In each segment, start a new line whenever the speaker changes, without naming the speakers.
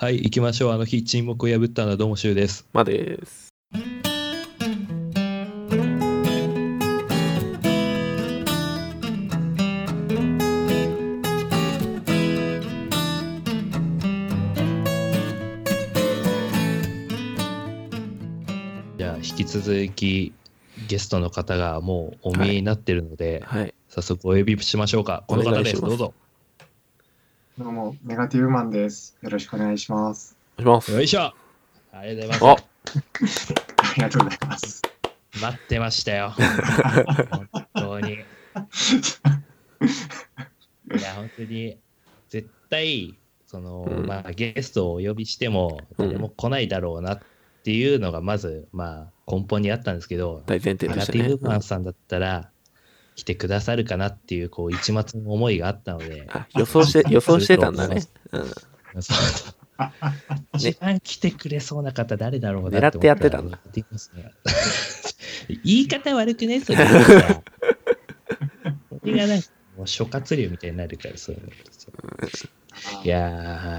はい、行きましょう。あの日、沈黙を破ったのはどうもしゅうです。
まあです。
じゃあ、引き続き、ゲストの方がもうお見えになってるので、
はい。
早速お呼びしましょうか。この方です。ど
お願
う
いします
ぞ。
どうも、ネガティブマンです。よろしくお願いします。
お願いし
よ
ま
いしょありがとうござい
あ
ま
ありがとうございます。
す。待ってましたよ。本当に。いや、本当に、絶対、その、
うん
まあ、ゲストをお呼びしても、
うん
誰も来ないだろうなっていうのが、まず、まあ、根本にあったんですけど、
大前提
ネ
で
ガ
し
テ
た
ィブマ
ね
ン。さんだったら来てくださるかなっていうこう一末の思いがあったので、
あ予想して、予想してたんだね。うん。
一番来てくれそうな方誰だろうな
狙ってやってたん
思
だ
ら狙ってますね 言い方悪くねそれ。 なんかそれがなんかもう諸葛亮みたいになるからそういうのいや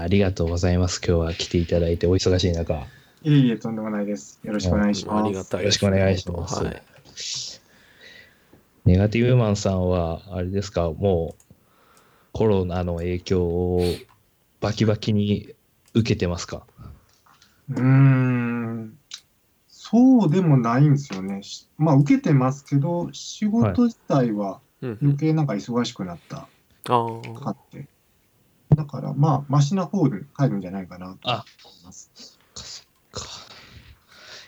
ーありがとうございます今日は来ていただいてお忙しい中。
いえいえ、とんでもないです。よろしくお願いします。
ありがたい。
よろしくお願いします
はい。
ネガティブマンさんは、あれですか、もうコロナの影響をバキバキに受けてますか
うーん、そうでもないんですよね。しまあ、受けてますけど、仕事自体は
うんう
余
ん。
計なんか忙しくなった
あー
かって。だから、まあ、マシな方に入るんじゃないかなと思います。
か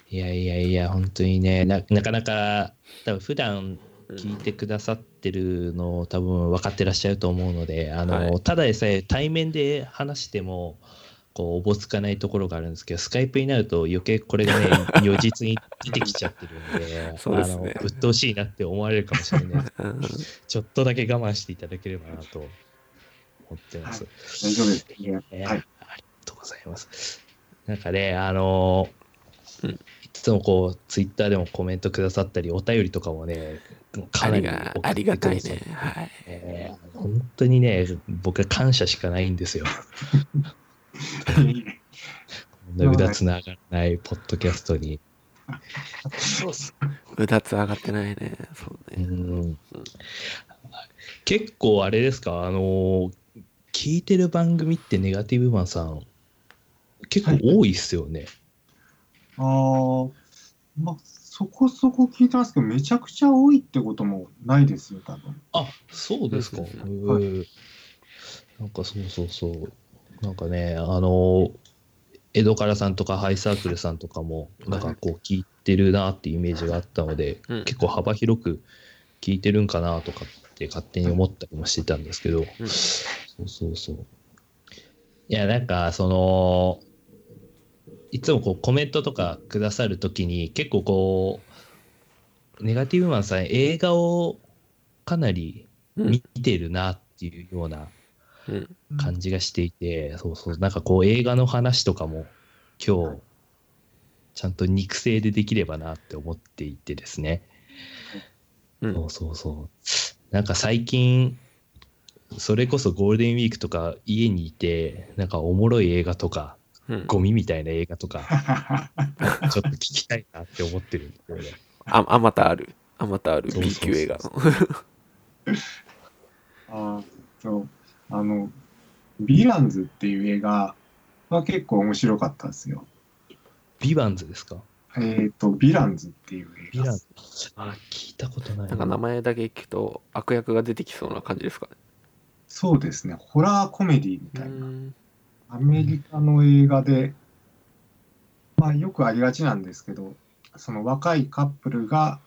いやいやいや、本当にね、ななかなか、多分普段
うん
聞いてくださってるのを多分分かってらっしゃると思うので、あの
はい
ただでさえ対面で話しても、こうおぼつかないところがあるんですけど、スカイプになると余計これが ね、如実に出てきちゃってるんで、
そうですね
あの鬱陶しいなって思われるかもしれないです
うん
ちょっとだけ我慢していただければなと思ってます。
大丈夫です。い
ね
やはい。
ありがとうございます。なんかね、あのー
うん
いつもこう、ツイッターでもコメントくださったり、お便りとかもね、か
あ
な
り
り
が
送
あ
っ
り
て
が
く
たい
ださっ
ね
て。
はい。
ね本当にね、僕は感謝しかないんですよ。こんなうだつながらないポッドキャストに。そうっす。
うだつ上がってないね。そうね。
結構あれですか、あのー聞いてる番組ってネガティブマンさん、結構多いっすよね。
あーまあ、そこそこ聞いてますけど、めちゃくちゃ多いってこともないですよ、多分。
あそうですか。
うん
んはい
へえなんかそうそうそう。なんかね、あの、江戸からさんとかハイサークルさんとかも、なんかこう聞いてるなっていうイメージがあったので、
うん
結構幅広く聞いてるんかなとかって勝手に思ったりもしてたんですけど、
うん
そうそうそう。いや、なんかその、いつもこうコメントとかくださるときに結構こう、ネガティブマンさん映画をかなり見てるなっていうような
うん。
感じがしていて、そうそう、なんかこう映画の話とかも今日、ちゃんと肉声でできればなって思っていてですね。
うん
そうそうそう。なんか最近、それこそゴールデンウィークとか家にいて、なんかおもろい映画とか、
うん
ゴミみたいな映画とか、ちょっと聞きたいなって思ってるんです よね。
あ、あまたある。あまたある。
そうそう
B
そう
級映画の。
あーそうあの「ヴィランズ」っていう映画は結構面白かったんですよ。
ビバンズですか
えっ、と「ヴィランズ」っていう映
ビ
画
ランズ。あ、聞いたことない
なんか名前だけ聞くと悪役が出てきそうな感じですかね。
そうですねホラーコメディみたいな、
ん。
アメリカの映画で、まあ、よくありがちなんですけどその若いカップルが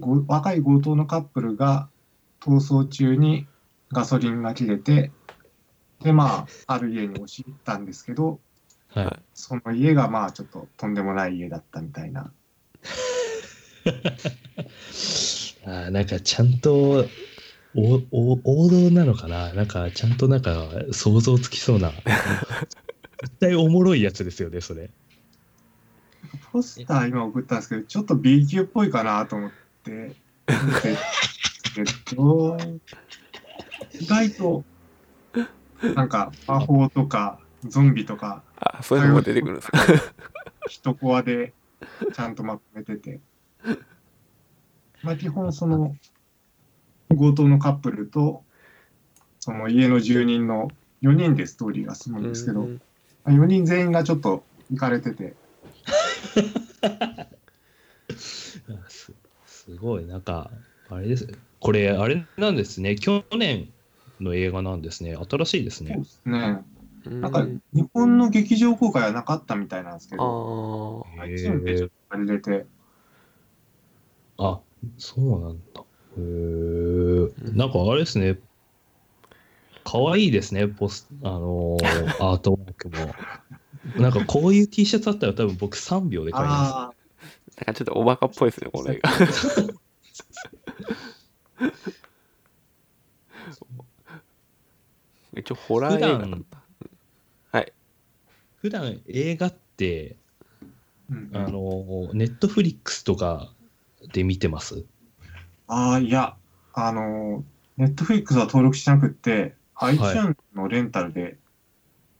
ご若い強盗のカップルが逃走中にガソリンが切れてでまあある家に押し入ったんですけど
はい。
その家がまあちょっととんでもない家だったみたいな。
あーなんかちゃんとおお王道なのかななんかちゃんとなんか想像つきそう な絶対おもろいやつですよねそれ
ポスター今送ったんですけど、ちょっと B 級っぽいかなと思って。えど、意外と、なんか魔法とかゾンビとか、
ああそういうのも出てくるんですか。
一コアでちゃんとまとめてて。まあ基本その強盗のカップルとその家の住人の4人でストーリーが進むんですけど、
うん
まあ4人全員がちょっと行かれてて、
すすごい、なんか、あれです。これ、あれなんですね。去年の映画なんですね。新しいですね。
ね、
うん
なんか日本の劇場公開はなかったみたいなんですけ
あ
ど、
ー
はいチームでちょっと借りれて、
あ、そうなんだ。へーなんかあれですね。可愛いですね、ポス、あの ーアートワークも。なんかこういう T シャツあったら多分僕3秒で買いま
ああ、
なんかちょっとおバカっぽいですね、この映画。 一応ホラー映画だっ
普段
た。はい。
す。普段映画って、
うん
あのー、ネットフリックスとかで見てます
ああ、いや、あのー、ネットフリックスは登録しなくって、iTunes のレンタルで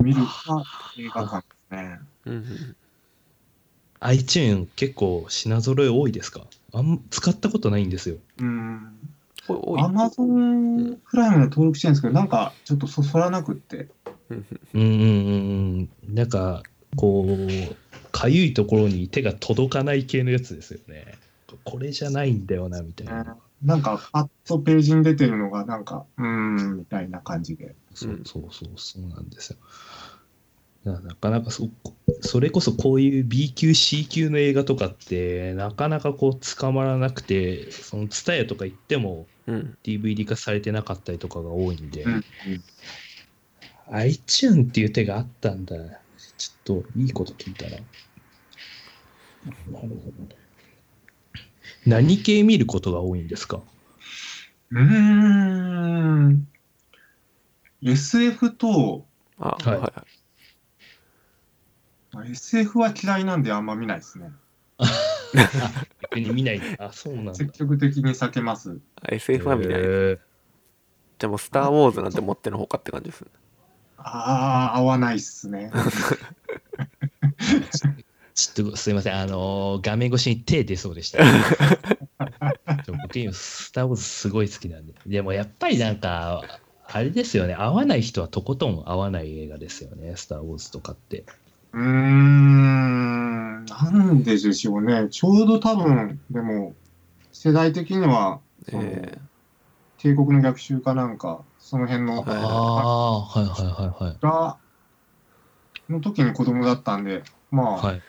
見るか、映画館ですね。
うんうん、
iTunes 結構品揃え多いですかあん使ったことないんですよ。
うん。
お多い
Amazon プライムで登録してるんですけど、なんかちょっとそそらなくって。
うん
う
うん
んうんうんうん。なんか、こう、かゆいところに手が届かない系のやつですよね。これじゃないんだよな、みたいな。
なんかパッとページに出てるのが、なんか、うーん、みたいな感じで。
そうそうそう、そうなんですよ。ななかなかそ、それこそこういう B 級、C 級の映画とかって、なかなかこう、捕まらなくて、その、ツタヤとか行っても、
うん。
DVD 化されてなかったりとかが多いんで、
うん
iTune っていう手があったんだ。ちょっといいこと聞いたら。なるほど何系見ることが多いんですか
うーん。SF と、
あ、はい、
はい
はい。
まあ SF は嫌いなんであんま見ないですね。
別に見ない。あ、そう なんだ。
積極的に避けます。
SF は見ない。
へ
じ
ー
ゃあもう、スター・ウォーズなんて持ってのほかって感じですね。
ああ、合わないっすね。
ちょっとすいません、あのー画面越しに手出そうで した。でも僕今、スター・ウォーズすごい好きなんで。でもやっぱりなんか、あれですよね、合わない人はとことん合わない映画ですよね、スター・ウォーズとかって。
うーん、なんででしょうね。ちょうど多分、でも、世代的には、その
え
帝国の逆襲かなんか、その辺
は
の
い
ああー、はいはいはい
が、の時に子供だったんで、まあ、
はい。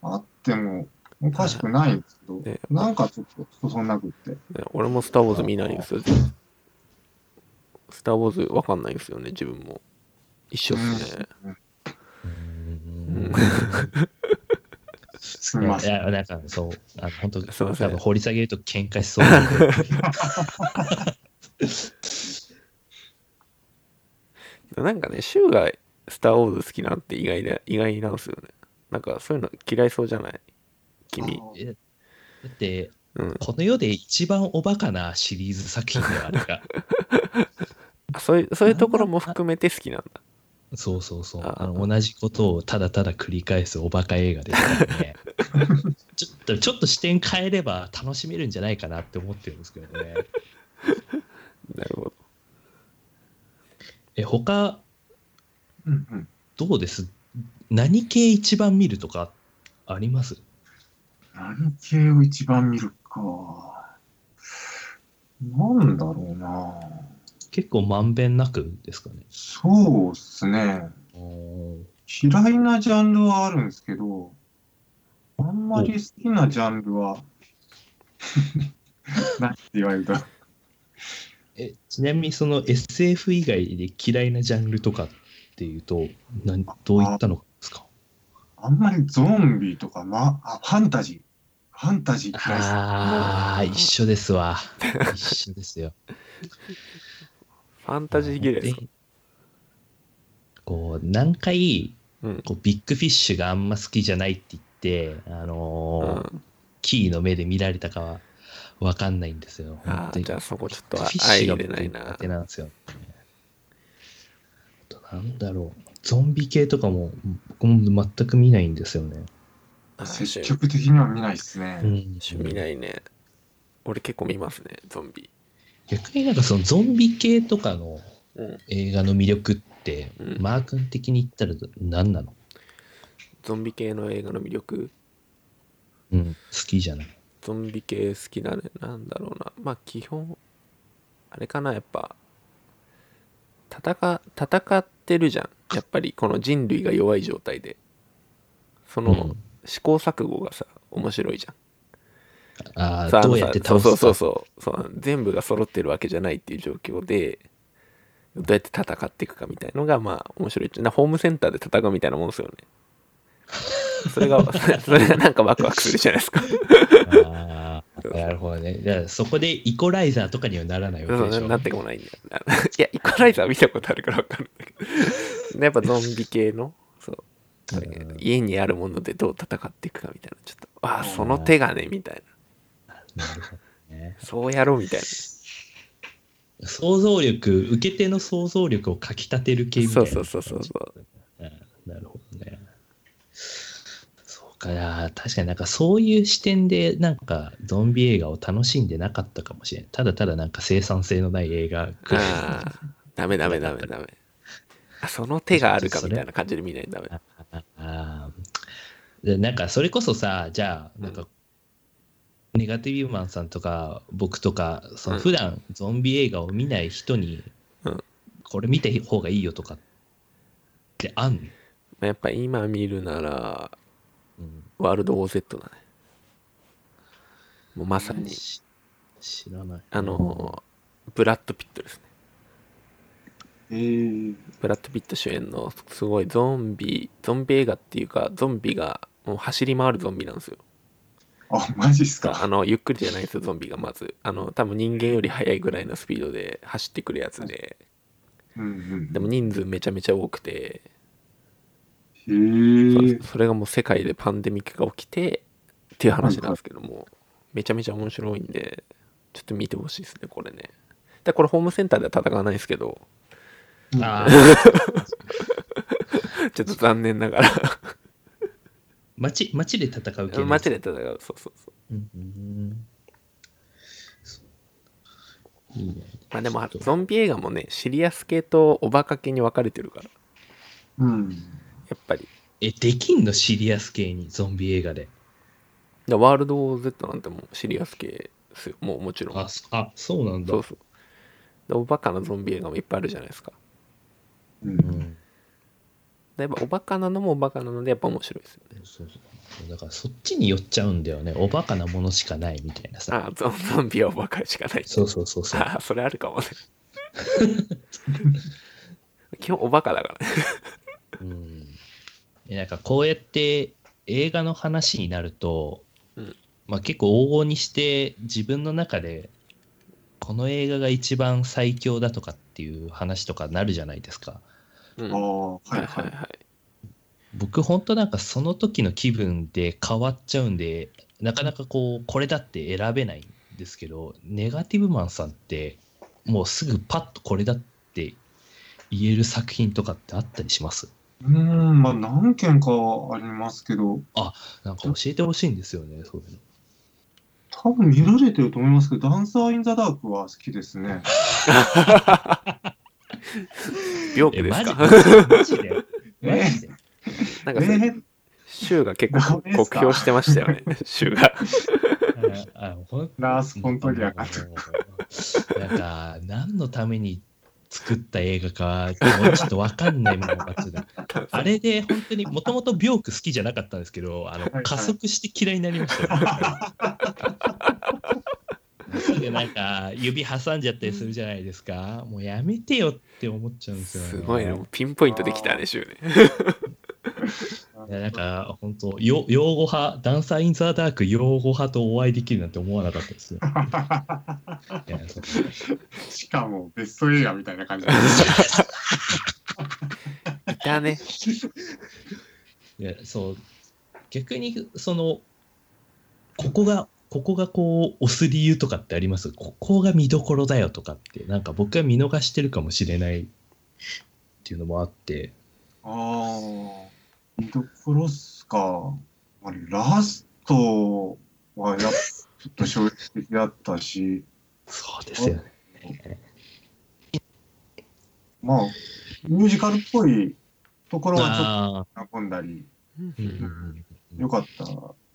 はい、
あってもおかしくないんですけど、
ね
なんかちょっと、そそんなくって。
ーね俺もスター・ウォーズ見ないんですよ。スター・ウォーズわかんないんですよね、自分も。一緒ですね。
うー
うん
ん
すみま
い
せん。
や、なんかそう、あの本当、
すいません
多分掘り下げると喧嘩しそうなん で
なんかね、シュウがスター・ウォーズ好きなんて意外で、意外なんですよね。なんかそういうの嫌いそうじゃない君。
えだって、
うん。
この世で一番おバカなシリーズ作品であれが。
あそういう、そういうところも含めて好きなんだ。
そうそうそう。
あ
あの同じことをただただ繰り返すおバカ映画ですからね。ちょっと、ちょっと視点変えれば楽しめるんじゃないかなって思ってるんですけどね。
なるほど。
え、他、
あのうんうん
どうです何系一番見るとかあります
何系を一番見るか。なんだろうな。
結構まんべんなくですかね。
そうっすね。嫌いなジャンルはあるんですけど、あんまり好きなジャンルは、 なんて言われると、
えちなみにその SF 以外で嫌いなジャンルとかっていうと、なんどういったのですか
あんまりゾンビとか、ま、あファンタジー、ファンタジー嫌いっす
ああ、一緒ですわ。一緒ですよ。
ファンタジー嫌いですか
でこう何回
うん。
こうビッグフィッシュがあんま好きじゃないって言って、あ
う
のー
ん、
キーの目で見られたかは分かんないんですよ。本
あ
当
ー
に
じゃあそこちょっと
ビッグフィッ
相
シュ
入
が
れない
僕
な
苦手。なんですよ。あとなんだろう。ゾンビ系とかも僕も全く見ないんですよね。
あ
積
趣
極的には見ないですね。
うん、
味見ないね。俺結構見ますね、ゾンビ。
逆になんかそのゾンビ系とかの
うん。
映画の魅力って、
うん
マー君的に言ったら何なの、
ゾンビ系の映画の魅力
うん、好きじゃない。
ゾンビ系好きだね。なんだろうな。まあ基本、あれかな、やっぱ、戦、戦ってるじゃん。やっぱりこの人類が弱い状態で。その試行錯誤がさ、面白いじゃん。
あ
さ
あ、
あ
どうやって倒すか
そうそうそうそうそう全部が揃ってるわけじゃないっていう状況でどうやって戦っていくかみたいのがまあ面白いっちゃなホームセンターで戦うみたいなもんですよねそれが それそれがなんかワクワクするじゃないですか
ああなるほどね。だからそこでイコライザーとかにはならないわ
そ
けでし
う
ょ。
なってもないんだよ ないやイコライザー見たことあるから分かるんだけ どやっぱゾンビ系のそう
うん
家にあるものでどう戦っていくかみたいなちょっとああその手がねみたいな
なるほどね
そうやろうみたいな
想像力、受け手の想像力をかきたてる系みたいな。
そうそうそうそうそ
うんなるほどね。そうかな、確かになんかそういう視点で、なんかゾンビ映画を楽しんでなかったかもしれない。ただただなんか生産性のない映画くらい
ああ、ダメダメダメダメ。あその手があるかみたいな感じで見ないとダメ。
あーでなんかそれこそさじゃあなんか、ネガティブマンさんとか僕とかそうの
ん
普段ゾンビ映画を見ない人に、
うん
これ見た方がいいよとかってあんの、
やっぱ今見るなら、
うん
ワールド・オー・ゼットだね。もうまさに、
し知らない
あの、ブラッド・ピットですね。
えー、
ブラッド・ピット主演のすごいゾンビ、ゾンビ映画っていうか、ゾンビがもう走り回るゾンビなんですよ。
あ、マジっす
あ
か。
の、ゆっくりじゃないんですよ、ゾンビがまず。あの、多分人間より速いぐらいのスピードで走ってくるやつで、
うんうん。
でも人数めちゃめちゃ多くて、
えー、
そうそれがもう世界でパンデミックが起きてっていう話なんですけども、めちゃめちゃ面白いんで、ちょっと見てほしいですね、これね。で、これホームセンターでは戦わないんですけど、
あ ー
ちょっと残念ながら、
街街で戦う系の
街で戦う、そうそうそう。
うんうんそういいね
まあでも
ちょっ、と
ゾンビ映画もね、シリアス系とおバカ系に分かれてるから、や
うん。
っぱり。
えできんのシリアス系にゾンビ映画で
でワールド・オー・ゼットなんてもうシリアス系ですよ、もうもちろん。
あ、そあそうなんだ。
そうそう。で、おバカなゾンビ映画もいっぱいあるじゃないですか。
う。
うんん
でやっぱおバカなのもおバカなので、やっぱ面白いですよね。
そうそうだからそっちに寄っちゃうんだよね。おバカなものしかないみたいなさ。
あゾンゾンビはおバカしかない。
そうそうそうそう。
ああ、それあるかもね。基本おバカだからね。
うん、えなんかこうやって映画の話になると、
うん
まあ、結構往々にして自分の中でこの映画が一番最強だとかっていう話とかなるじゃないですか。
うん
ああ、はい
はいは
は
い
い。
はい。
僕本当なんかその時の気分で変わっちゃうんでなかなかこうこれだって選べないんですけどネガティブマンさんってもうすぐパッとこれだって言える作品とかってあったりします
うーん、まあ何件かありますけど、
なんか教えてほしいんですよねそういうの
多分見られてると思いますけど、ダンサー・イン・ザ・ダークは好きですね。
病気
え
です
マジ
か
でマジでマ
え
ジで
なん
え
かそれ、
ー、
週が結
ダ
構
メです
酷
か
評してましたよ ね。週が。
ああほん
ラース・フォントリアか。
なんか何のために作った映画か俺ちょっと分かんないまま終わっちゃったあれで本当にもともとビョーク好きじゃなかったんですけど、あの
はい
加速して嫌いになりましたよ。すぐなんか指挟んじゃったりするじゃないですか。もうやめてよって思っちゃうんですよ、ね。
すごいね。もうピンポイントできたね、週ね。
いやなんか本当よ用語派ダンサー・イン・ザ・ダーク用語派とお会いできるなんて思わなかった ですよ。いやそう
しかも、ベスト映画みたいな感じで。
いたね。
いやそう逆にそのここがここがこう押す理由とかってありますここが見どころだよとかってなんか僕が見逃してるかもしれないっていうのもあって
ああ、ミドクロスか。まあラストはやっぱちょっと衝撃的だったし、
そうですよね。
まあ、ミュージカルっぽいところはちょっ
あ
と和んだり、
うん
ーうん
良かった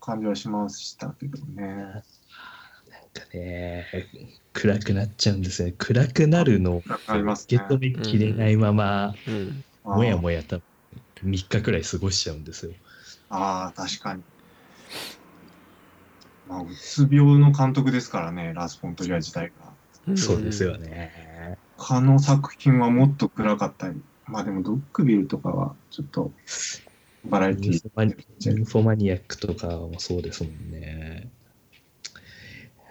感じはしましたけどね。
なんかね、暗くなっちゃうんですよね。暗くなるのを
なくなります
受
ね
け。止めきれないまま、
うん
もやもやた3日くらい過ごしちゃうんですよ。
ああ、確かに。まあ、うつ病の監督ですからね、ラス・フォントリア自体が。
ん
そうですよね。
他の作品はもっと暗かったり、まあでもドッグビルとかはちょっとバラエテ
ニ
ィ
ンフォマニ
じゃ
ニンフォマニアックとかもそうですもんね。いや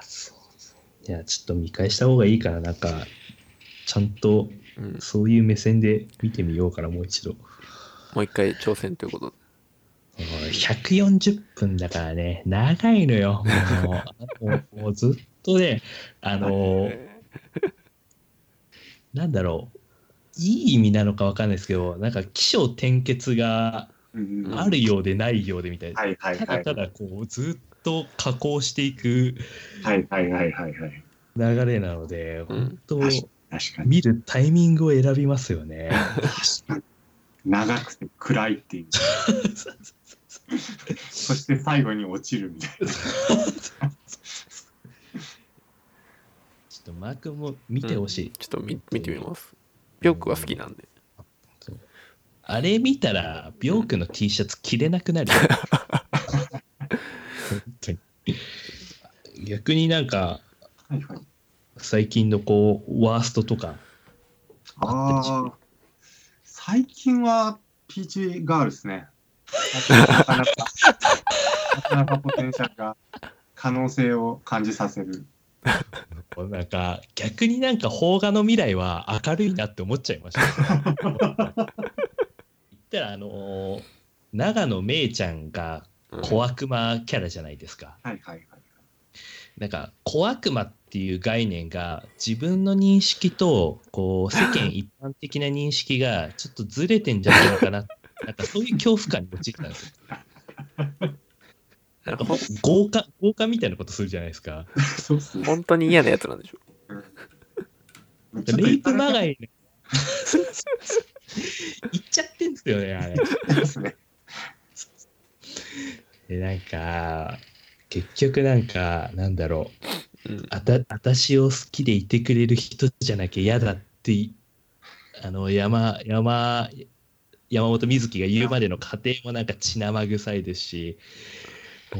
ーそうそういや、ちょっと見返した方がいいから、なんか、ちゃんと
うん
そういう目線で見てみようから、もう一度。
もう一回挑戦ということで
もう140分だからね、長いのよ。もう もうもうずっとね、あのー、なんだろう。いい意味なのかわかんないですけど、なんか起承転結が
うん
あるようでないようでみたいな。
はいはい
た
は
だ
い。
ただこうずっと加工していく
はいはいはいはいはい。
流れなので、
う
本
ん
当、
確確かに。
見るタイミングを選びますよ ね。
長くて暗いっていう。 そして最後に落ちるみたい
ちょっとマークも見てほしい、
ちょっと見見てみますピョークは好きなんで
あれ見たら、ビョークの T シャツ着れなく なる。本当に逆になんか、
な。はいはい。
最近のこう、ワーストとか、
ああ、最近はピーチガールですね。なかなか、なかなかポテンシャルが、可能性を感じさせる。
なんか、逆になんか邦画の未来は明るいなって思っちゃいました。言ったら、あのー長野めいちゃんが
うん
小悪魔キャラじゃないですか。
はいはいはい。
なんか小悪魔っていう概念が自分の認識とこう世間一般的な認識がちょっとずれてんじゃないのかななんかそういう恐怖感に陥ったんですよ。
なん
な
か
んか
ほん
豪華豪華みたいなことするじゃないですか。
そうっすね。
本当に嫌なやつなんでしょ
レイプまがい の言っちゃってんすよねあれ。
ですね。
でなんか結局なんかなんだろう
うん
あた私を好きでいてくれる人じゃなきゃ嫌だっていあの山山山本瑞希が言うまでの過程もなんか血生臭いですし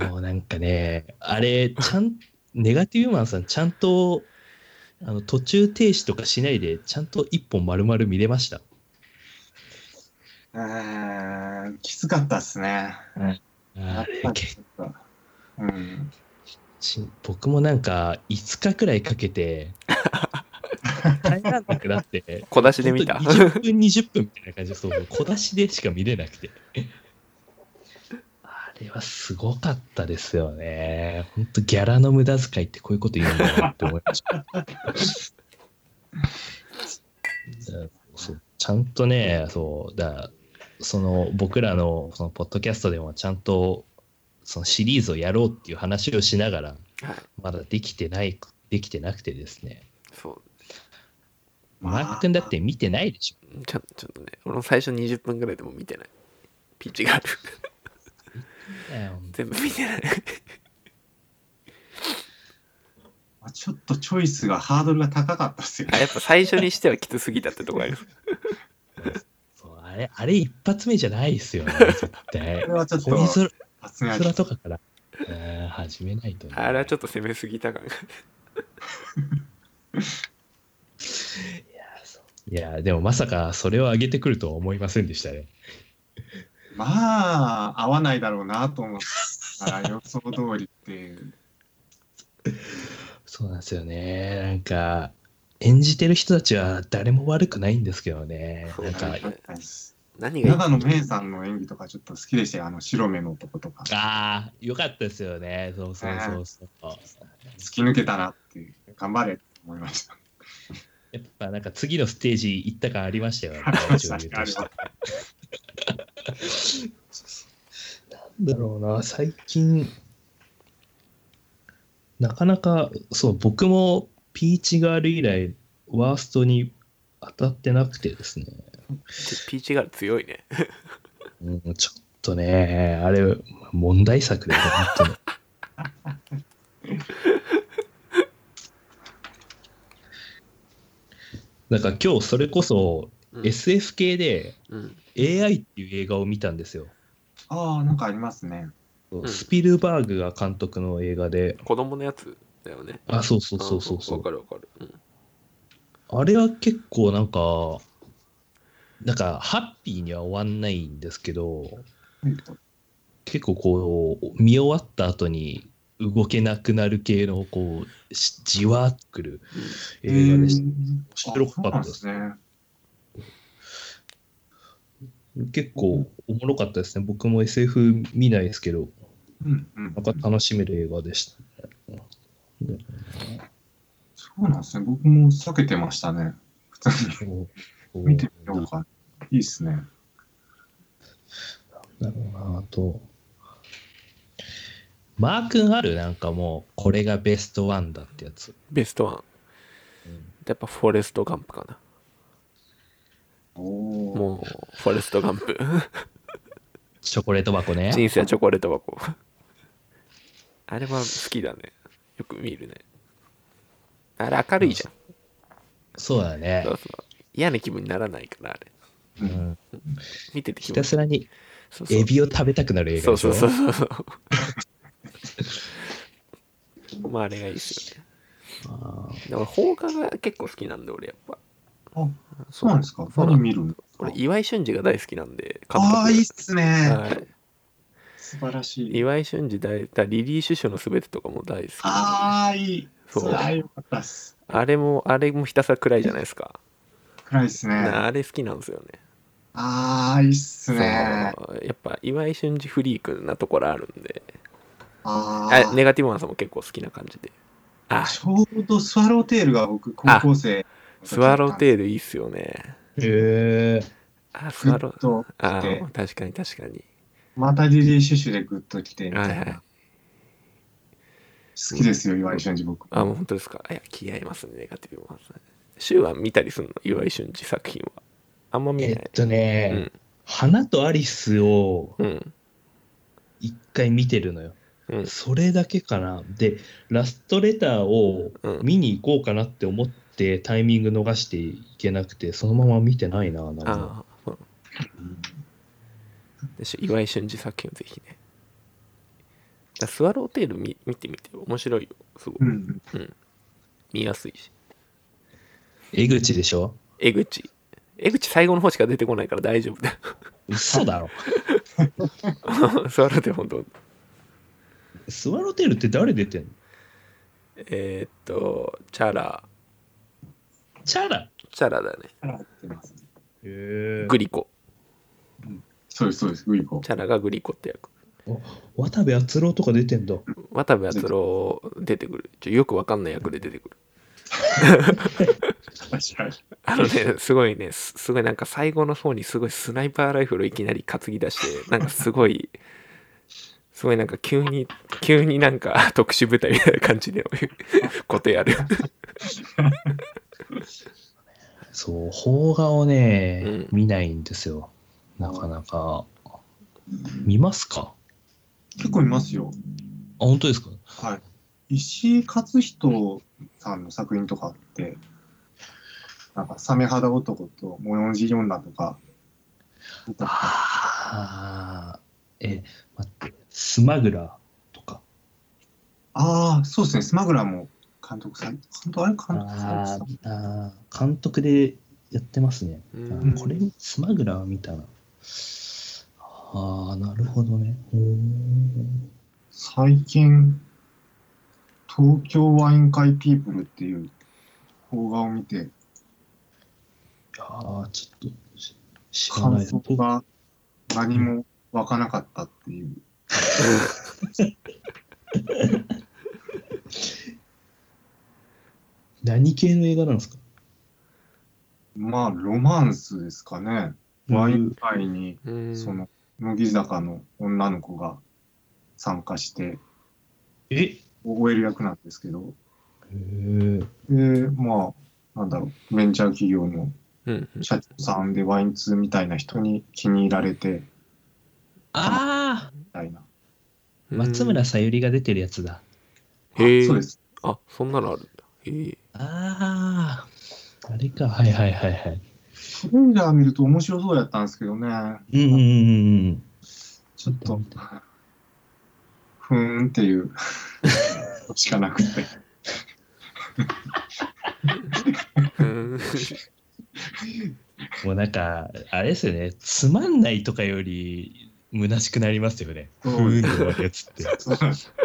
もうなんかねあれちゃんネガティブマンさんちゃんとあの途中停止とかしないでちゃんと一本丸々見れました
うーん、きつかったっすね。
あれ結
うん。
し僕もなんか5日くらいかけて耐えられなくなって
小出しで見た
本当に20分、20分みたいな感じで、そう、小出しでしか見れなくて。あれはすごかったですよね。本当ギャラの無駄遣いってこういうこと言うんだなって思いました。だそうちゃんとね、そう、だその僕らのそのポッドキャストでもちゃんとそのシリーズをやろうっていう話をしながら、
はい
まだできてない、できてなくてですね。
そう
マーク君だって見てないでしょ
ちょちょっとね俺も最初20分ぐらいでも見てないピッチがある 全部見てない
まあちょっとチョイスがハードルが高かったっすよ
あ
ね。
やっぱ最初にしてはきつすぎたってとこあります
そうあれ、あれ一発目じゃないですよね、絶対
これ。はちょっ
恋
と、
空
さすがに
空とかから、うん始めないとね、
あれはちょっと攻めすぎた感が
いや、でもまさかそれを上げてくるとは思いませんでしたね。
まあ、合わないだろうなと思ったら予想通りっていう。
そうなんですよね。なんか、演じてる人たちは誰も悪くないんですけどね。なんか、
何 が
長野めいさんの演技とかちょっと好きでしたよ。あの白目のとことか。
ああ、よかったですよね。そうそうそうそう。
突き抜けたなっていう。頑張れって思いました。
やっぱなんか次のステージ行った感ありましたよね。女優として
あ
なんだろうな、最近、なかなか、そう、僕もピーチガール以来、ワーストに当たってなくてですね。
ピーチガール強いね。
うん、ちょっとね、あれ、問題作だよ、本当に。 なんか今日それこそ
うん
SF 系で
うん。
AI っていう映画を見たんですよ。
あー、なんかありますね。
ん
スピルバーグが監督の映画で、
子供のやつだよね。
あ、そうそうそうそうそ
あ
う
わ。かるわかる。うん。
あれは結構なんか、なんかハッピーには終わんないんですけど、結構こう、見終わった後に動けなくなる系の、こう、しじわっとくる映画でした。
た
白かったです
ですね。
結構おもろかったですね。僕も SF 見ないですけど、
うんうん
なんか楽しめる映画でした。
そうなんですね。僕も避けてましたね。普通に 見てみようか。いいっすね。
なんだろうなあと。マー君あるなんかもう、これがベストワンだってやつ。
ベストワン。やっぱフォレストガンプかな。
おお。
もう、フォレストガンプ。
チョコレート箱ね。
人生はチョコレート箱。あれは好きだね。よく見るね。あれ明るいじゃん。
そうだね
そ。うそう嫌な気分にならないから、あれ。
う
うんん、
見てて
ひ
気持
た
ちいい
すらに
そうそう
エビを食べたくなる映画
そう
でし
そ
ょ
うそうそうそう。まああれがいいですよね。
あー
でも放課が結構好きなんで俺やっぱ。
あ、そうなんですか。ファン見るの
俺岩井俊二が大好きなんで。監督
ああ、いいっすね。
はい
素晴らしい。
岩井俊二大だリリー・シュシュのすべてとかも大好きあ
ああ、いい。
そう
それあーよかったっす。
あれもあれもひたすら暗いじゃないですか、
暗いっすね。
なあれ好きなんですよね
ああ、いいっすね。
そうやっぱ岩井俊二フリークなところあるんで
あ
あ
あ、
ネガティブマンさんも結構好きな感じであ
ちょうどスワローテールが僕、高校生。
スワロー
ール。
テールいいっすよね
へえ。
あス
グ
ワロ
ッ
ー
と
あ
来て、
確かに確かに
またリリー・シュシュでグッと来て、みたい
は
な。
いはい
好きですよ、岩井俊二僕。
あもう本当ですかいや気合いますねネガティブマンさんシュウは見たりするの岩井俊二作品はあんま見
え
な
っ
い
とね、
うん
花とアリスを
うん
一回見てるのよ。
うん
それだけかな。で、ラストレターを
うん
見に行こうかなって思ってタイミング逃していけなくて、そのまま見てないな、なんか。
ああ、うんでし岩井俊二作品をぜひね。だスワローテール見見てみてよ。面白いよ。すごい。
うん。
見やすいし。
江口でしょ
江口。江口最後の方しか出てこないから大丈夫だ
嘘だろ。
よ。スワローテール本当。
スワロテールって誰出てんの
えーっと、チャラ、
チャラ。
チャラだね。
からやってます
へ
グリコ。
そうです、そうです、グリコ
チ。ャラがグリコって役。
渡部篤郎とか出てんだ。
渡部篤郎出てくる。ちょよくわかんない役で出てくる。
確かに。
あのね、すごいね、すすごいなんか最後の方にすごいスナイパーライフルをいきなり担ぎ出して、なんかすごい、すごいなんか急に、急になんか特殊部隊みたいな感じでことやる。
そう、邦画をね、
うん
見ないんですよ。なかなか。見ますか
結構いますよ。
あ、本当ですか
はい。石井勝人さんの作品とかって、なんか、サメ肌男と、もよんじ女とか、
ああ。え、待って、スマグラーとか。
ああ、そうですね、スマグラーも監督さん、監督、あれ監督さ
あ
ん
ーあー、監督でやってますね。あ
うん
ーこれ、スマグラー見たな。ああ、なるほどね。うーん
最近、東京ワイン会ピープルっていう動画を見て、
ああ、ちょっとし知らな
感
いです
想。が何も湧かなかったっていう。
何系の映画なんですか
ロマンスですかね。
うん
ワイン会に、
うん
その、乃木坂の女の子が参加して、
え
覚える役なんですけど、
へー
で、まあ、なんだろう、ベンチャー企業の
うんうん
社長さんでワイン通みたいな人に気に入られて、
ああ
みたいな。
松村さゆりが出てるやつだ。
あ
へえ
そうです。
あそんなのあるんだへえ
あああれか。はいはいはいはい。
トレーラー見ると面白そうやったんですけどね、
うんうんうんうん。
ちょっと、ふーんっていうしかなくて。
うん
もうなんか、あれですよね。つまんないとかより、虚しくなりますよね。ふ
そう
ーんって終わるやつって。
そうなんです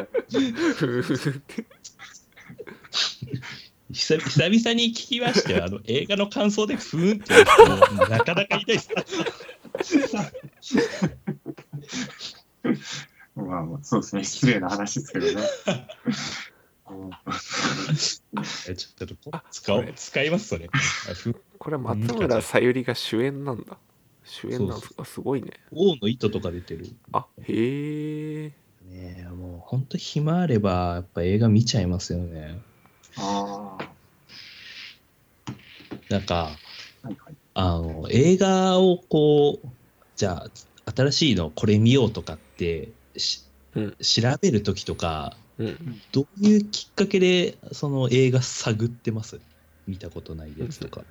久々久々に聞きましたよ。あの映画の感想でふーんって言う人もなかなかいない です。
まあまあ、そうですね。失礼な話ですけ どね。うん
えちょっとこ使お
こ
う
れ
使いますそれ。あふ
これは松村さゆりが主演なんだ主演なんですかすごいね
王の糸とか出てる。
あへえ
ねえもう本当暇あればやっぱ映画見ちゃいますよね。
あ
なんか
あ、はいはい。
あの映画をこうじゃあ新しいのこれ見ようとかってし、
うん
調べる時とか
うん
どういうきっかけでその映画探ってます見たことないやつとか。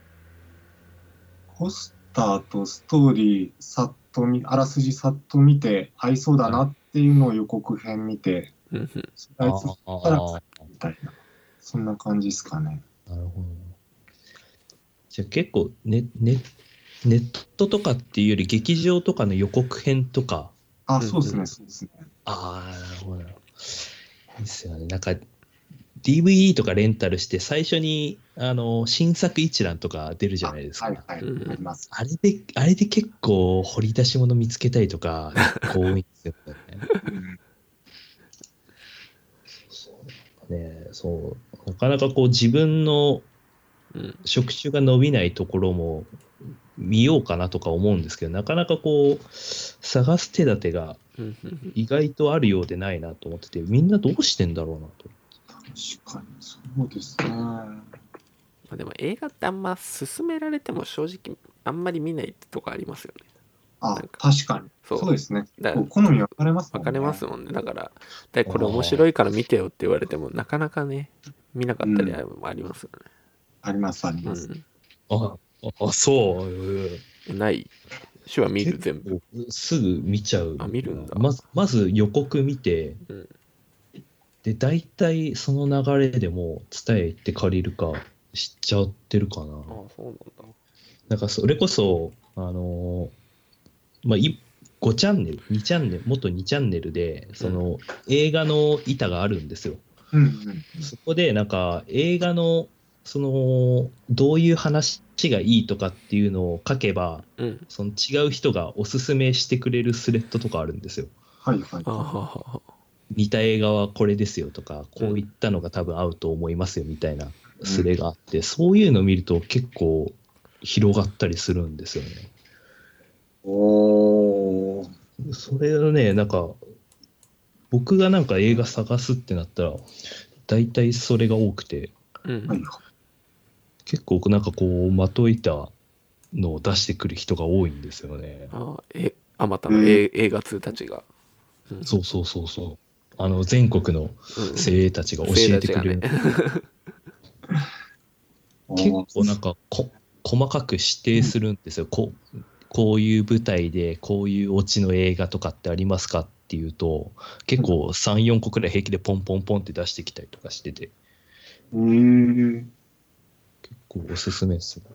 ポスターとストーリー、さっと見、あらすじさっと見て、合いそうだなっていうのを予告編見て、
うんうん
それあいつったら
あー
みたいな。そんな感じですかね。
なるほど。じゃあ結構ネネネットとかっていうより劇場とかの予告編とか。
あ、
んうん
そうですね、そうですね。
ああ、なるほど。いいっすよね。なんか DVD とかレンタルして最初にあの新作一覧とか出るじゃないですか。
は
あ,、
いはい、
うん
あります。
れで、あれで結構掘り出し物見つけたりとか、結構多いんですよね。そうねそう。なかなかこう自分の
うん
職種が伸びないところも見ようかなとか思うんですけど、なかなかこう、探す手立てが
うんうん
意外とあるようでないなと思ってて、みんなどうしてんだろうなと。
確かに、そうですね。
まあでも映画ってあんま勧められても正直あんまり見ないとこありますよね
あ
なん、か
確かに。
そう
そうですね。
だ
こう好み分かれますも
分
んね。
かれますもんねだからだからこれ面白いから見てよって言われてもなかなかね見なかったりはありますよね
あります、あり
う
ます。
ん、
あ、あそううん。
ない手話見る全部
結構すぐ見ちゃう。
あ見るんだ
まず、まず予告見て、
うん
で、大体その流れでもう伝え行って借りるか知っちゃってるかな。
ああそうなんだ
なんかそれこそ、あのーまあ、い5チャンネル、2チャンネル、元2チャンネルで、その映画の板があるんですよ。
うんうん。
そこでなんか映画のそのどういう話がいいとかっていうのを書けば
うん
その違う人がおすすめしてくれるスレッドとかあるんですよ。
はいはい。
ああ
似た映画はこれですよとかこういったのが多分合うと思いますよみたいなスレがあって、そういうの見ると結構広がったりするんですよね。
おー。
それをねなんか僕がなんか映画探すってなったら大体それが多くて。
う
はい
ん
は
結構なんかこうまといたのを出してくる人が多いんですよね。
ああえあまたのえ映画通たちがうん
そうそうそうそう。あの全国の
うん
精鋭たちが教えてくれる。
生徒たちがね
結
い。
構な
あ
んかこ細かく指定するんですよ。こうこういう舞台でこういうオチの映画とかってありますかっていうと結構34個くらい平気でポンポンポンって出してきたりとかしてて
ー。えー。
結構おすすめですね。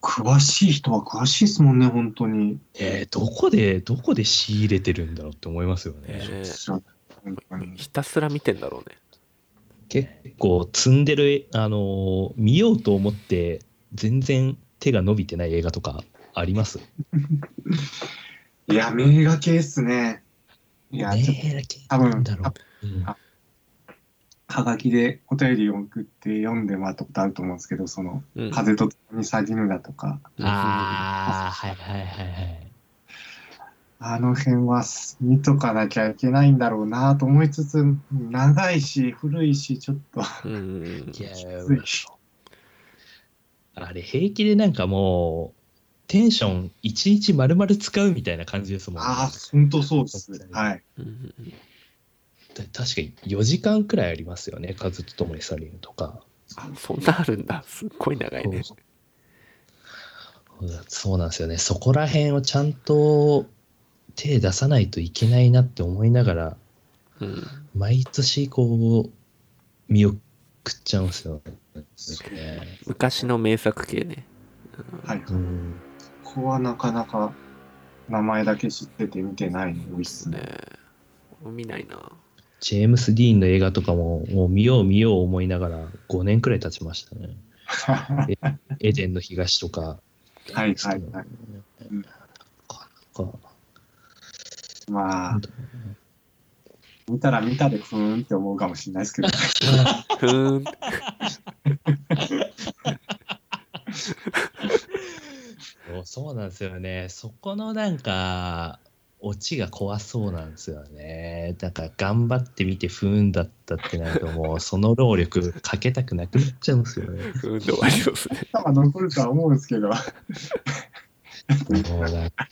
詳しい人は詳しいですもんね、本当に。
えーどこでどこで仕入れてるんだろうって思いますよね。
えー
知らない本当に。
ひたすら見てんだろうね
結構積んでる、あのー見ようと思って全然手が伸びてない映画とかあります
いや、名画系っすね。いや、ちょっと
ねえ
多分
なんだろう、うん
あはがきでお便りを送って読んでもらったことあると思うんですけど、その、
うん
風と共に去りぬだとか、
ああ、はいはいはいはい。
あの辺は見とかなきゃいけないんだろうなと思いつつ、長いし、古いし、ちょっと
うんうん
いや
きつい、
あれ平気でなんかもう、テンション一日丸々使うみたいな感じですもんね。
ああ、本当そうです。はい。
うん
た確かに4時間くらいありますよね、風と共に去りぬとか。
うんそんなあるんだすっごい長いね
そうそうなんですよね。そこら辺をちゃんと手出さないといけないなって思いながら、
うん
毎年こう、見送っちゃうんですよね。
昔の名作系ね
はい。
うん
ここはなかなか名前だけ知ってて見てないの多いっす
ね
ね。
見ないな
ジェームス・ディーンの映画とかも、もう見よう見よう思いながら5年くらい経ちましたね。
は
エデンの東とか。
いはいは。
ない
うん
かなか。
まあ、見たら見たでふーんって思うかもしれないですけ ど、
ふーん
そうそうなんですよね。そこのなんか、オチが怖そうなんですよね。だから頑張ってみて不運だったってなると、もうその労力かけたくなくなっちゃうんですよね。
ふーんで終わりそうですね
頭残るとは思うんですけど、
もうなんか。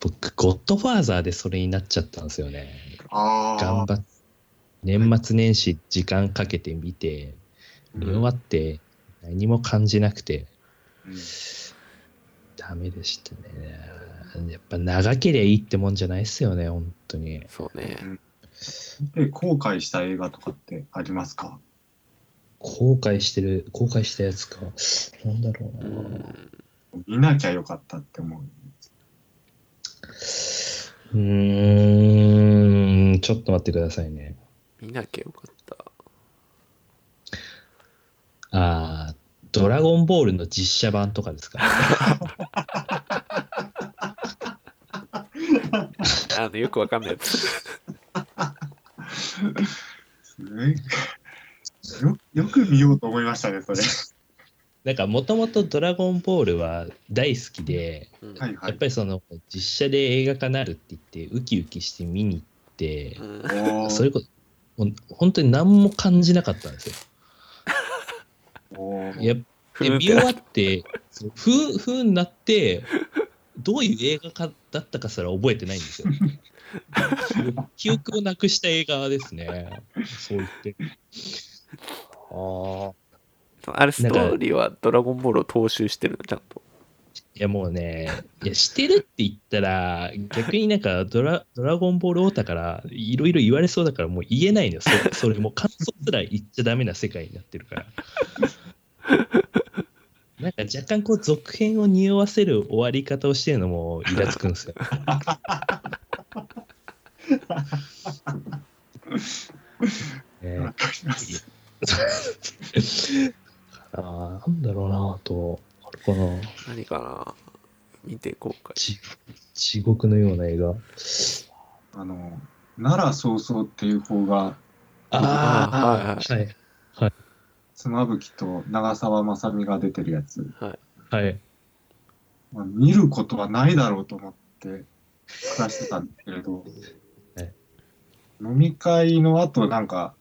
僕、ゴッドファーザーでそれになっちゃったんですよね。
あ
頑張っ年末年始時間かけてみて、見終わって何も感じなくて、ダメでしたね。やっぱ長けりゃいいってもんじゃないっすよね、本当に。
そうね
で、後悔した映画とかってありますか
後悔してる、後悔したやつか。なんだろ
う
うな。
ん
見なきゃよかったって思う。
うーん、ちょっと待ってくださいね。
見なきゃよかった
あードラゴンボールの実写版とかですか。
あのよくわかんないやつ
すごいよよく見ようと思いましたね、 それ。
なんかもともとドラゴンボールは大好きで、
うん
はいは
やっ
い。
ぱりその実写で映画化なるって言って、ウキウキして見に行って、
うん
おー
そういうこと、もう本当に何も感じなかったんですよ。
おー
やっ
ふ
で
ーん
見
っ
終
て
わ
な
って、そうふう、ふうになって、どういう映画かだったかすら覚えてないんですよ。記憶をなくした映画ですね。そう言って。ああ。
あれストーリーは「ドラゴンボール」を踏襲してるのちゃんと
いやもうね、いや、してるって言ったら、逆になんかドラ、ドラゴンボールオータから、いろいろ言われそうだから、もう言えないのよ。そ それ、もう感想すら言っちゃダメな世界になってるから。なんか若干こう続編を匂わせる終わり方をしてるのもイラつくんです よ。ね
わかります。
あーなんだろうなあと、あれかな。
何かな見て後悔
地地獄のような映画。
あの、奈良そうそうっていう方が、
あー
はい
妻夫木と長澤まさみが出てるやつ、
はい
はい。はい。
まあ、見ることはないだろうと思って暮らしてたんですけれど
はい、
飲み会の後、なんか、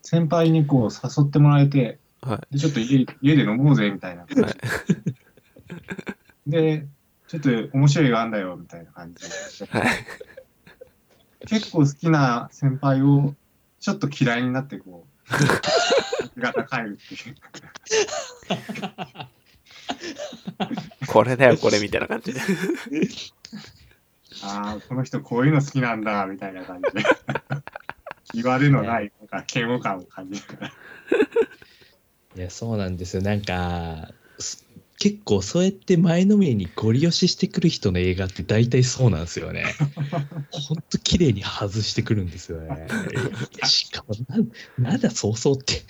先輩にこう誘ってもらえて、
は
でちょっと家家で飲もうぜみたいな。
は
で、ちょっと面白い映画あんだよみたいな感じで。
いはい
結構好きな先輩をちょっと嫌いになってこう 味方変えるっていう
これだよこれみたいな感じで
ああこの人こういうの好きなんだみたいな感じで 言われのないなんか嫌悪感を感じるから
いや、そうなんですよ。なんか、す結構そうやって前のめりにゴリ押ししてくる人の映画って大体そうなんですよ ね。ほんと綺麗に外してくるんですよ ね。いやしかもなん、なんだそうそうって。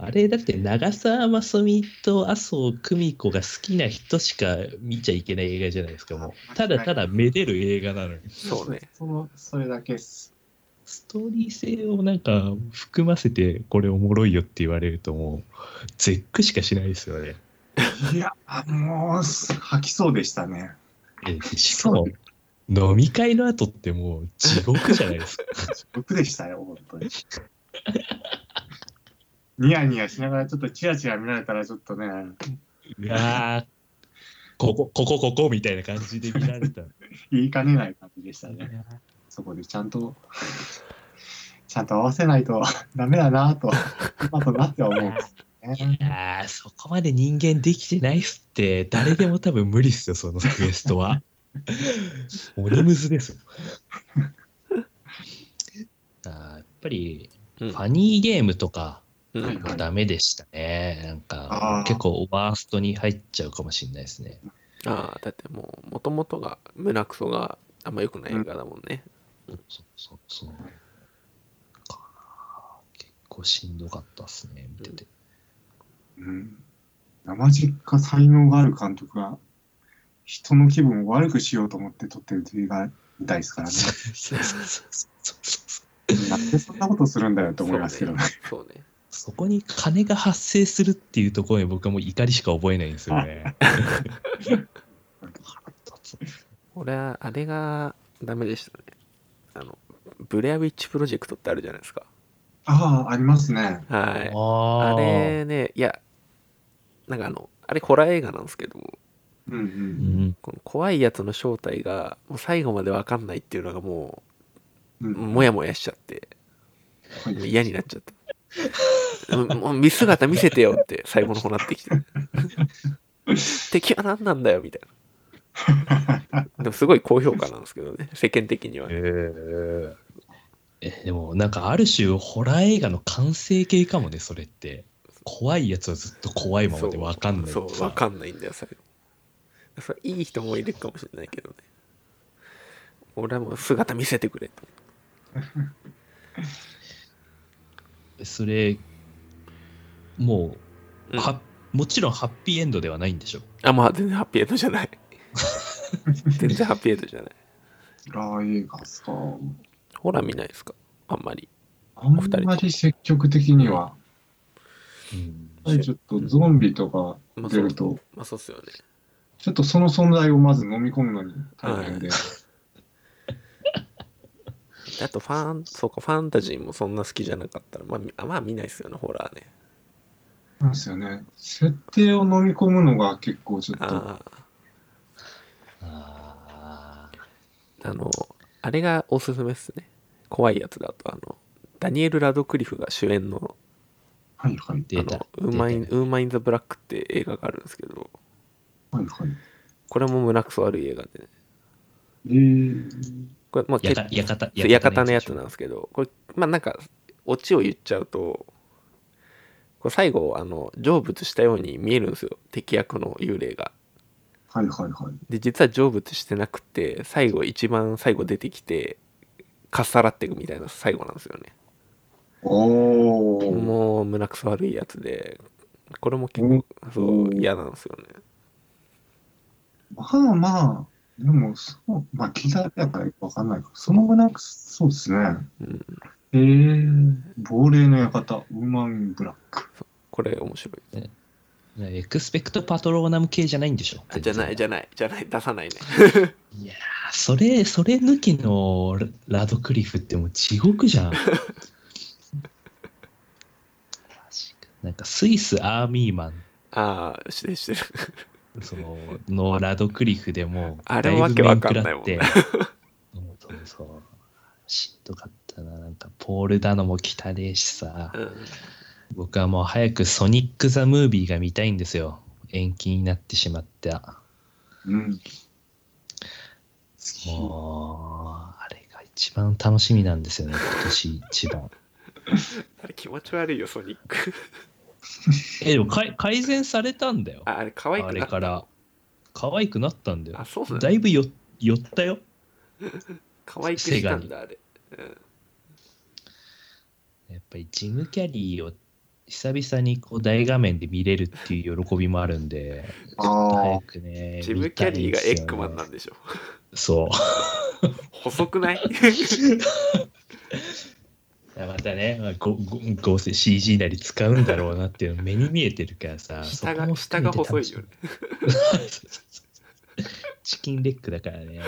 あれだって長澤まさみと麻生久美子が好きな人しか見ちゃいけない映画じゃないですかもうただただめでる映画なのに
そうね。
その、それだけっす。
ストーリー性をなんか含ませてこれおもろいよって言われるともう絶句しかしないですよ ね
いや、もう、吐きそうでしたね。
えしかも飲み会の後ってもう地獄じゃないですか
僕でしたよ、本当に。ニヤニヤしながら、ちょっとチラチラ見られたら、ちょっとね、
うわーここここここみたいな感じで見られた
言いかねない感じでしたね。そこでちゃんと、ちゃんと合わせないとダメだなぁと、今となっては思うんですよね。
あーそこまで人間できてないっすって誰でも多分無理っすよそのクエスト は鬼ムズですよ あーやっぱり
うん
ファニーゲームとか
うん
はいはい
ダメでしたねなん
あ
か
ー
結構ワーストに入っちゃうかもしれないですね
ああ、だってもう、もともとが胸クソがあんま良くない映画だもんね。
そうそうそうかな結構しんどかったっすね見てて
うん。生実家才能がある監督が、人の気分を悪くしようと思って撮ってる映画みたいですからね。
そうそうそうそうそう
なんでそんなことするんだよと思いますけどね。
そうね。
そこに金が発生するっていうところに僕はもう怒りしか覚えないんですよね。
俺は、あれがダメでしたね。あの、ブレアウィッチプロジェクトってあるじゃないですか。
ああ、ありますね。
はい。
あ
あれね、いや、なんかあの、あれホラー映画なんですけども、
うんう。
うんん、
この怖いやつの正体が、もう最後までわかんないっていうのがも
う
う、
ん、
もやもやしちゃって、
はい
もう嫌になっちゃった。もうもう見姿見せてよって最後の方なってきて。敵は何なんだよみたいな。でもすごい高評価なんですけどね、世間的には。
えでもなんかある種ホラー映画の完成形かもねそれって怖いやつはずっと怖いままで分かんない
そう、わかんないんだよ、最後。それいい人もいるかもしれないけどね。俺はもう姿見せてくれと。
それもう、
うん
はもちろんハッピーエンドではないんでしょ
あ、まあ全然ハッピーエンドじ ゃない。全然ハッピーエンドじゃない。
ホラー映画ですか。
ホラー見ないですかあんまり。
あん
二人とも
まり積極的には、
うん
やっぱりちょっとゾンビとか
まあ
出
そう
ると、
まあそうっすよね。
ちょっとその存在をまず飲み込むのに大変で。
であとファン、そうか、ファンタジーもそんな好きじゃなかったら、まあみあ、まあ見ないですよね、ホラーね。
なんですよね。設定を飲み込むのが結構ちょっと、
あ
あ
あ、
ー
あの、あれがおすすめっすね。怖いやつだと、あの、ダニエル・ラドクリフが主演の、
はいはい。
あ
出た
の、ウーマイン、
出
ウーマイン・ザ・ブラックって映画があるんですけど、
はいはい。
これも胸くそ悪い映画でね。
えー、
これ、まあ、
たねやか館
そう館のやつなんですけどこれまあなんかオチを言っちゃうとこう最後あの成仏したように見えるんですよ敵役の幽霊が。
はいはいはい。
で実は成仏してなくて最後一番最後出てきてかっさらっていくみたいな最後なんですよね。
おー。
もう胸くそ悪いやつでこれも結構そう嫌なんですよね。
まあまあ、でも、そう、まあ、聞いたやからわかんないけど、その後なんか、そうですね。
うん、
えー、亡霊の館、ウーマンブラック。
これ面白い。
エクスペクトパトローナム系じゃないんでしょ
あじゃないじゃないじゃない出さないね。
いやーそれそれ抜きのララドクリフってもう地獄 じゃんマジかなんかスイスアーミーマン
ああしてるしてる。
そののラドクリフでも
あれわけわかんないもんね
だぶ面食らってそうそうそうしんどかったななんかポールだのも来たれしさ
うん、
僕はもう早くソニック・ザ・ムービーが見たいんですよ延期になってしまった
うん。好き。
もうあれが一番楽しみなんですよね今年一番
あれ気持ち悪いよソニック。
えでもかい改善されたんだよあ
ああれ可愛くな
れ
った
から可愛くなったんだよ
あ、そうなんだ
だ。いぶよ寄ったよ
可愛くしたんだ、あれ。
やっぱりジム・キャリーを久々にこう大画面で見れるっていう喜びもあるんで、
あ
早くね。
ジム・キャリーがエッグマンなんんでしょ。
そう。
細くない
いやまたね、まあ、ごご合成 CG なり使うんだろうなっていうの目に見えてるからさ、
下
そこも
が、下
含め
が
て
細
楽
い
しみ
よね。
チキンレッグだからね。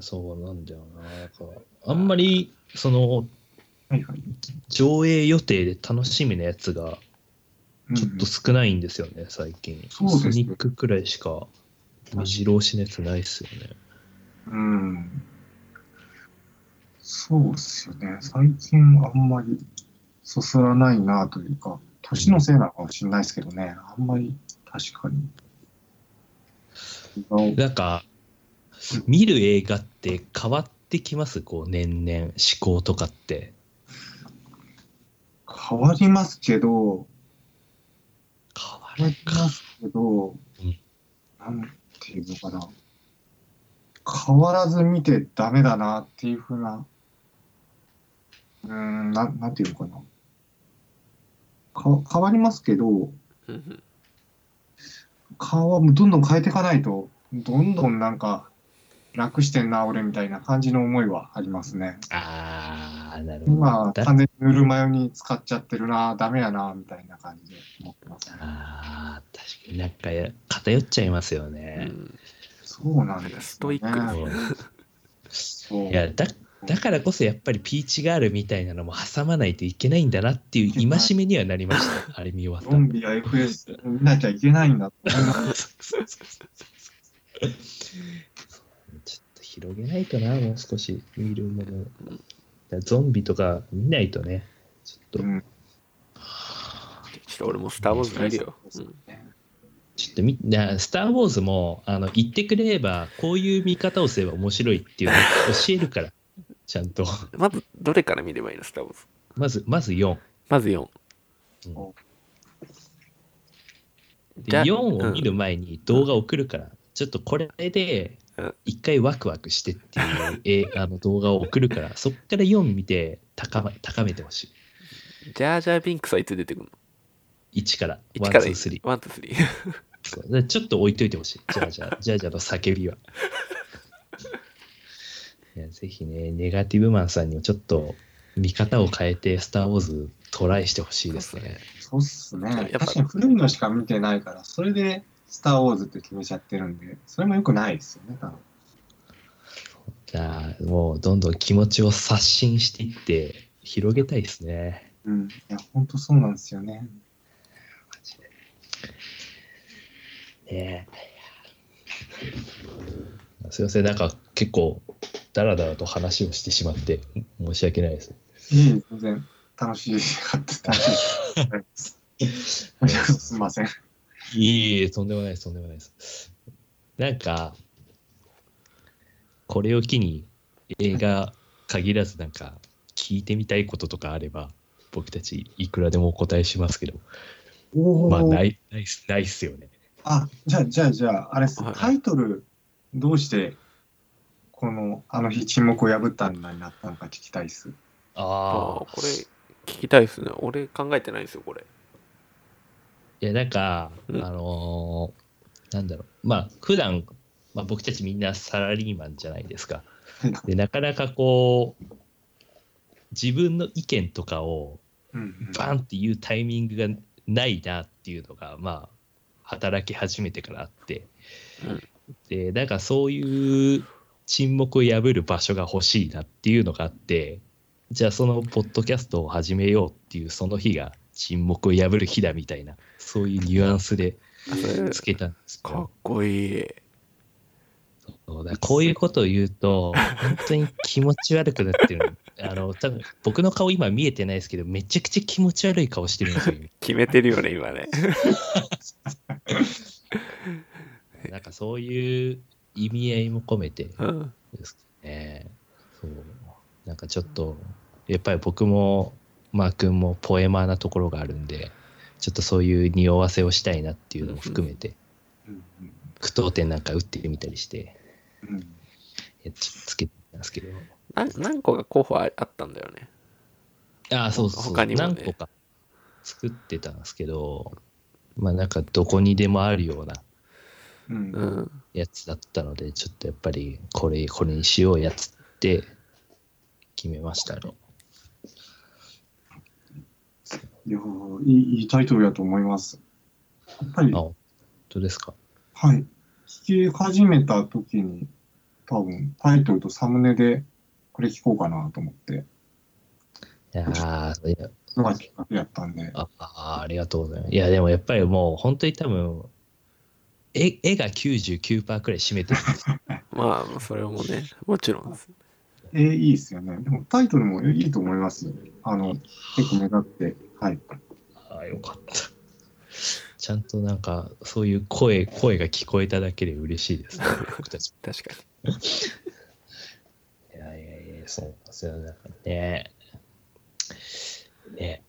そうなんだよな。なんかあんまりその
はいはい。
上映予定で楽しみなやつがちょっと少ないんですよね、最近。
そうですね
スニックくらいしか目白押しのやつないっすよね。
うん。そうっすよね。最近あんまりそそらないなというか、年のせいなのかもしれないですけどね、あんまり確かに。違う
なんか、見る映画って変わってきます、こう年々、思考とかって。
変わりますけど、
変わ
変わ
る
り
か。
ますけど
ん、
なんていうのかな。変わらず見てダメだなっていうふうな、うーん、なんなんていうのかな。か変わりますけど、
うんうん
顔はもうどんどん変えていかないと、どんどんなんか、楽してんな、俺みたいな感じの思いはありますね。
あー、なるほど。
今、
だ
完全にぬるま湯に使っちゃってるな、ダメやな、みたいな感じで思ってます、ね。
あー確かになんか偏っちゃいますよ
う
ね。
ん
そうなん
なん
です、ね。
かストイックだね
そう
いやだだからこそやっぱりピーチガールみたいなのも挟まないといけないんだなっていう戒めにはなりました、あれ見終わった
ゾンビや FS 見なきゃいけないんだって。
ちょっと広げないとな、もう少し見るもの。だゾンビとか見ないとね、ちょっ
う
と、
ん
ちょっと俺もスター・ウォーズ見るよ。うん
ちょっとみ、なスター・ウォーズも、あの、言ってくれれば、こういう見方をすれば面白いっていうのを教えるから、ちゃんと。
まず、どれから見ればいいの、スター・ウォーズ。
まず、まず4。
まず4。
で、4を見る前に動画送るから、ちょっとこれで
うん、
一回ワクワクしてっていう、 え、あの、動画を送るから、そっから4見て、高ま、高めてほしい。
ジャージャー・ビンクスはいつ出てくる
1から
の ?1 から
1 2 3。
1ワンツースリー
そうでちょっと置いといてほしい。じゃあじゃあ、じゃあじゃあの叫びは。いやぜひね、ネガティブマンさんにもちょっと見方を変えて、スター・ウォーズトライしてほしいですね。
そうっす
やっ
ね。
ぱ
確かに古いのしか見てないから、それで、スター・ウォーズって決めちゃってるんで、それも良くないですよね、多分。
じゃあ、もうどんどん気持ちを刷新していって、広げたいですね。
うん。いや、本当そうなんですよね。
マジでねえすいません、なんか結構、だらだらと話をしてしまって、申し訳ないです。
いえいえ全然楽しいかった。楽しい です。ありがとうすみません。
いえいえ、とんでもないです、とんでもないです。なんか、これを機に映画限らずなんか聞いてみたいこととかあれば、僕たちいくらでもお答えしますけど、
お。
まあ、ないい、ないっす、ないっすよね。
あ、じゃあ、じゃあ、じゃあ、あれっす
はい。
タイトル、どうして、この、あの日沈黙を破ったんだになったのか聞きたい っす。
あ
あ
あ、これ、聞きたいですね。俺、考えてないんですよ、これ。
いや、なんか、あ
うん
のーなんだろう。まあ、普段、まあ、僕たちみんなサラリーマンじゃないですか。で、なかなかこう、自分の意見とかを
うんうん
バンっていうタイミングがないなっていうのがまあ働き始めてからあって、
うん
でなんかそういう沈黙を破る場所が欲しいなっていうのがあってじゃあそのポッドキャストを始めようっていうその日が沈黙を破る日だみたいなそういうニュアンスで
あそれ
つけたんですけ
かっ
ど
こいい。
そうだからこういうことを言うと本当に気持ち悪くなってるあの多分僕の顔今見えてないですけどめちゃくちゃ気持ち悪い顔してるんですよ今
決めてるよね、今ね。
なんかそういう意味合いも込めて
うん。
ですね。そう。なんかちょっと、やっぱり僕も、マー君もポエマーなところがあるんで、ちょっとそういう匂わせをしたいなっていうのも含めて、
うん
句読点なんか打ってみたりして、
うんうん
やっつけてたんですけど、
な何個か候補ああったんだよね
ああ、そうそうそう
他にもね
何個か作ってたんですけど、まあなんかどこにでもあるような
うん
う。ん
やつだったので、ちょっとやっぱりこれ、これにしようやつって決めましたね。
いやーいいいいタイトルだと思います。やっぱり
あ、、本当ですか。
はい。聞き始めた時に、多分タイトルとサムネでこれ聞こうかなと思って、
いやーいや
のがきっかけやったんで、
ああありがとうございます。いや、でもやっぱりもう本当に多分、絵絵が99%くらい占めてるんですよ
まあそれもねもちろんです
えーいいですよね。でもタイトルもえーいいと思いますよ。あの、結構目立って、はい。
ああ、よかった。ちゃんとなんか、そういう声、声が聞こえただけで嬉しいですね、僕たちも
確かに
いやいやいや、そうなんですよ。なんかね。ね。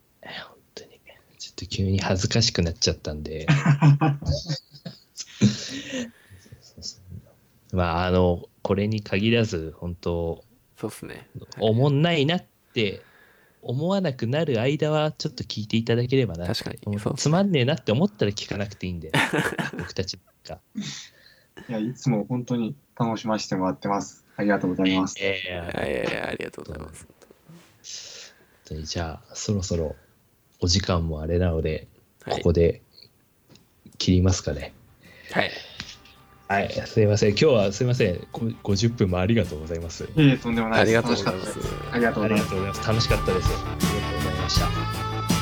本当に。ちょっと急に恥ずかしくなっちゃったん で。そうそうそうまあ、あの、これに限らず、本当、
そうっすね
おもんないなって思わなくなる間は、ちょっと聞いていただければなって。
確かにそう
つまんねえなって思ったら聞かなくていいんで、僕たち が。
いや、いつも本当に楽しませてもらってます。ありがとうございます。
ええ
いやいやいやありがとうございます
本当にじゃあそろそろお時間もあれなので、
はい
ここで切りますかね
はい
はいすいません今日はすいませんこ50分もありがとうございます
ええとんでもな
あ
い
り
です。
がとうございま
楽しかったですす。ありがとう
あ
ご
り
ざ
が
います
とう。ございます楽しかったですありがとうございました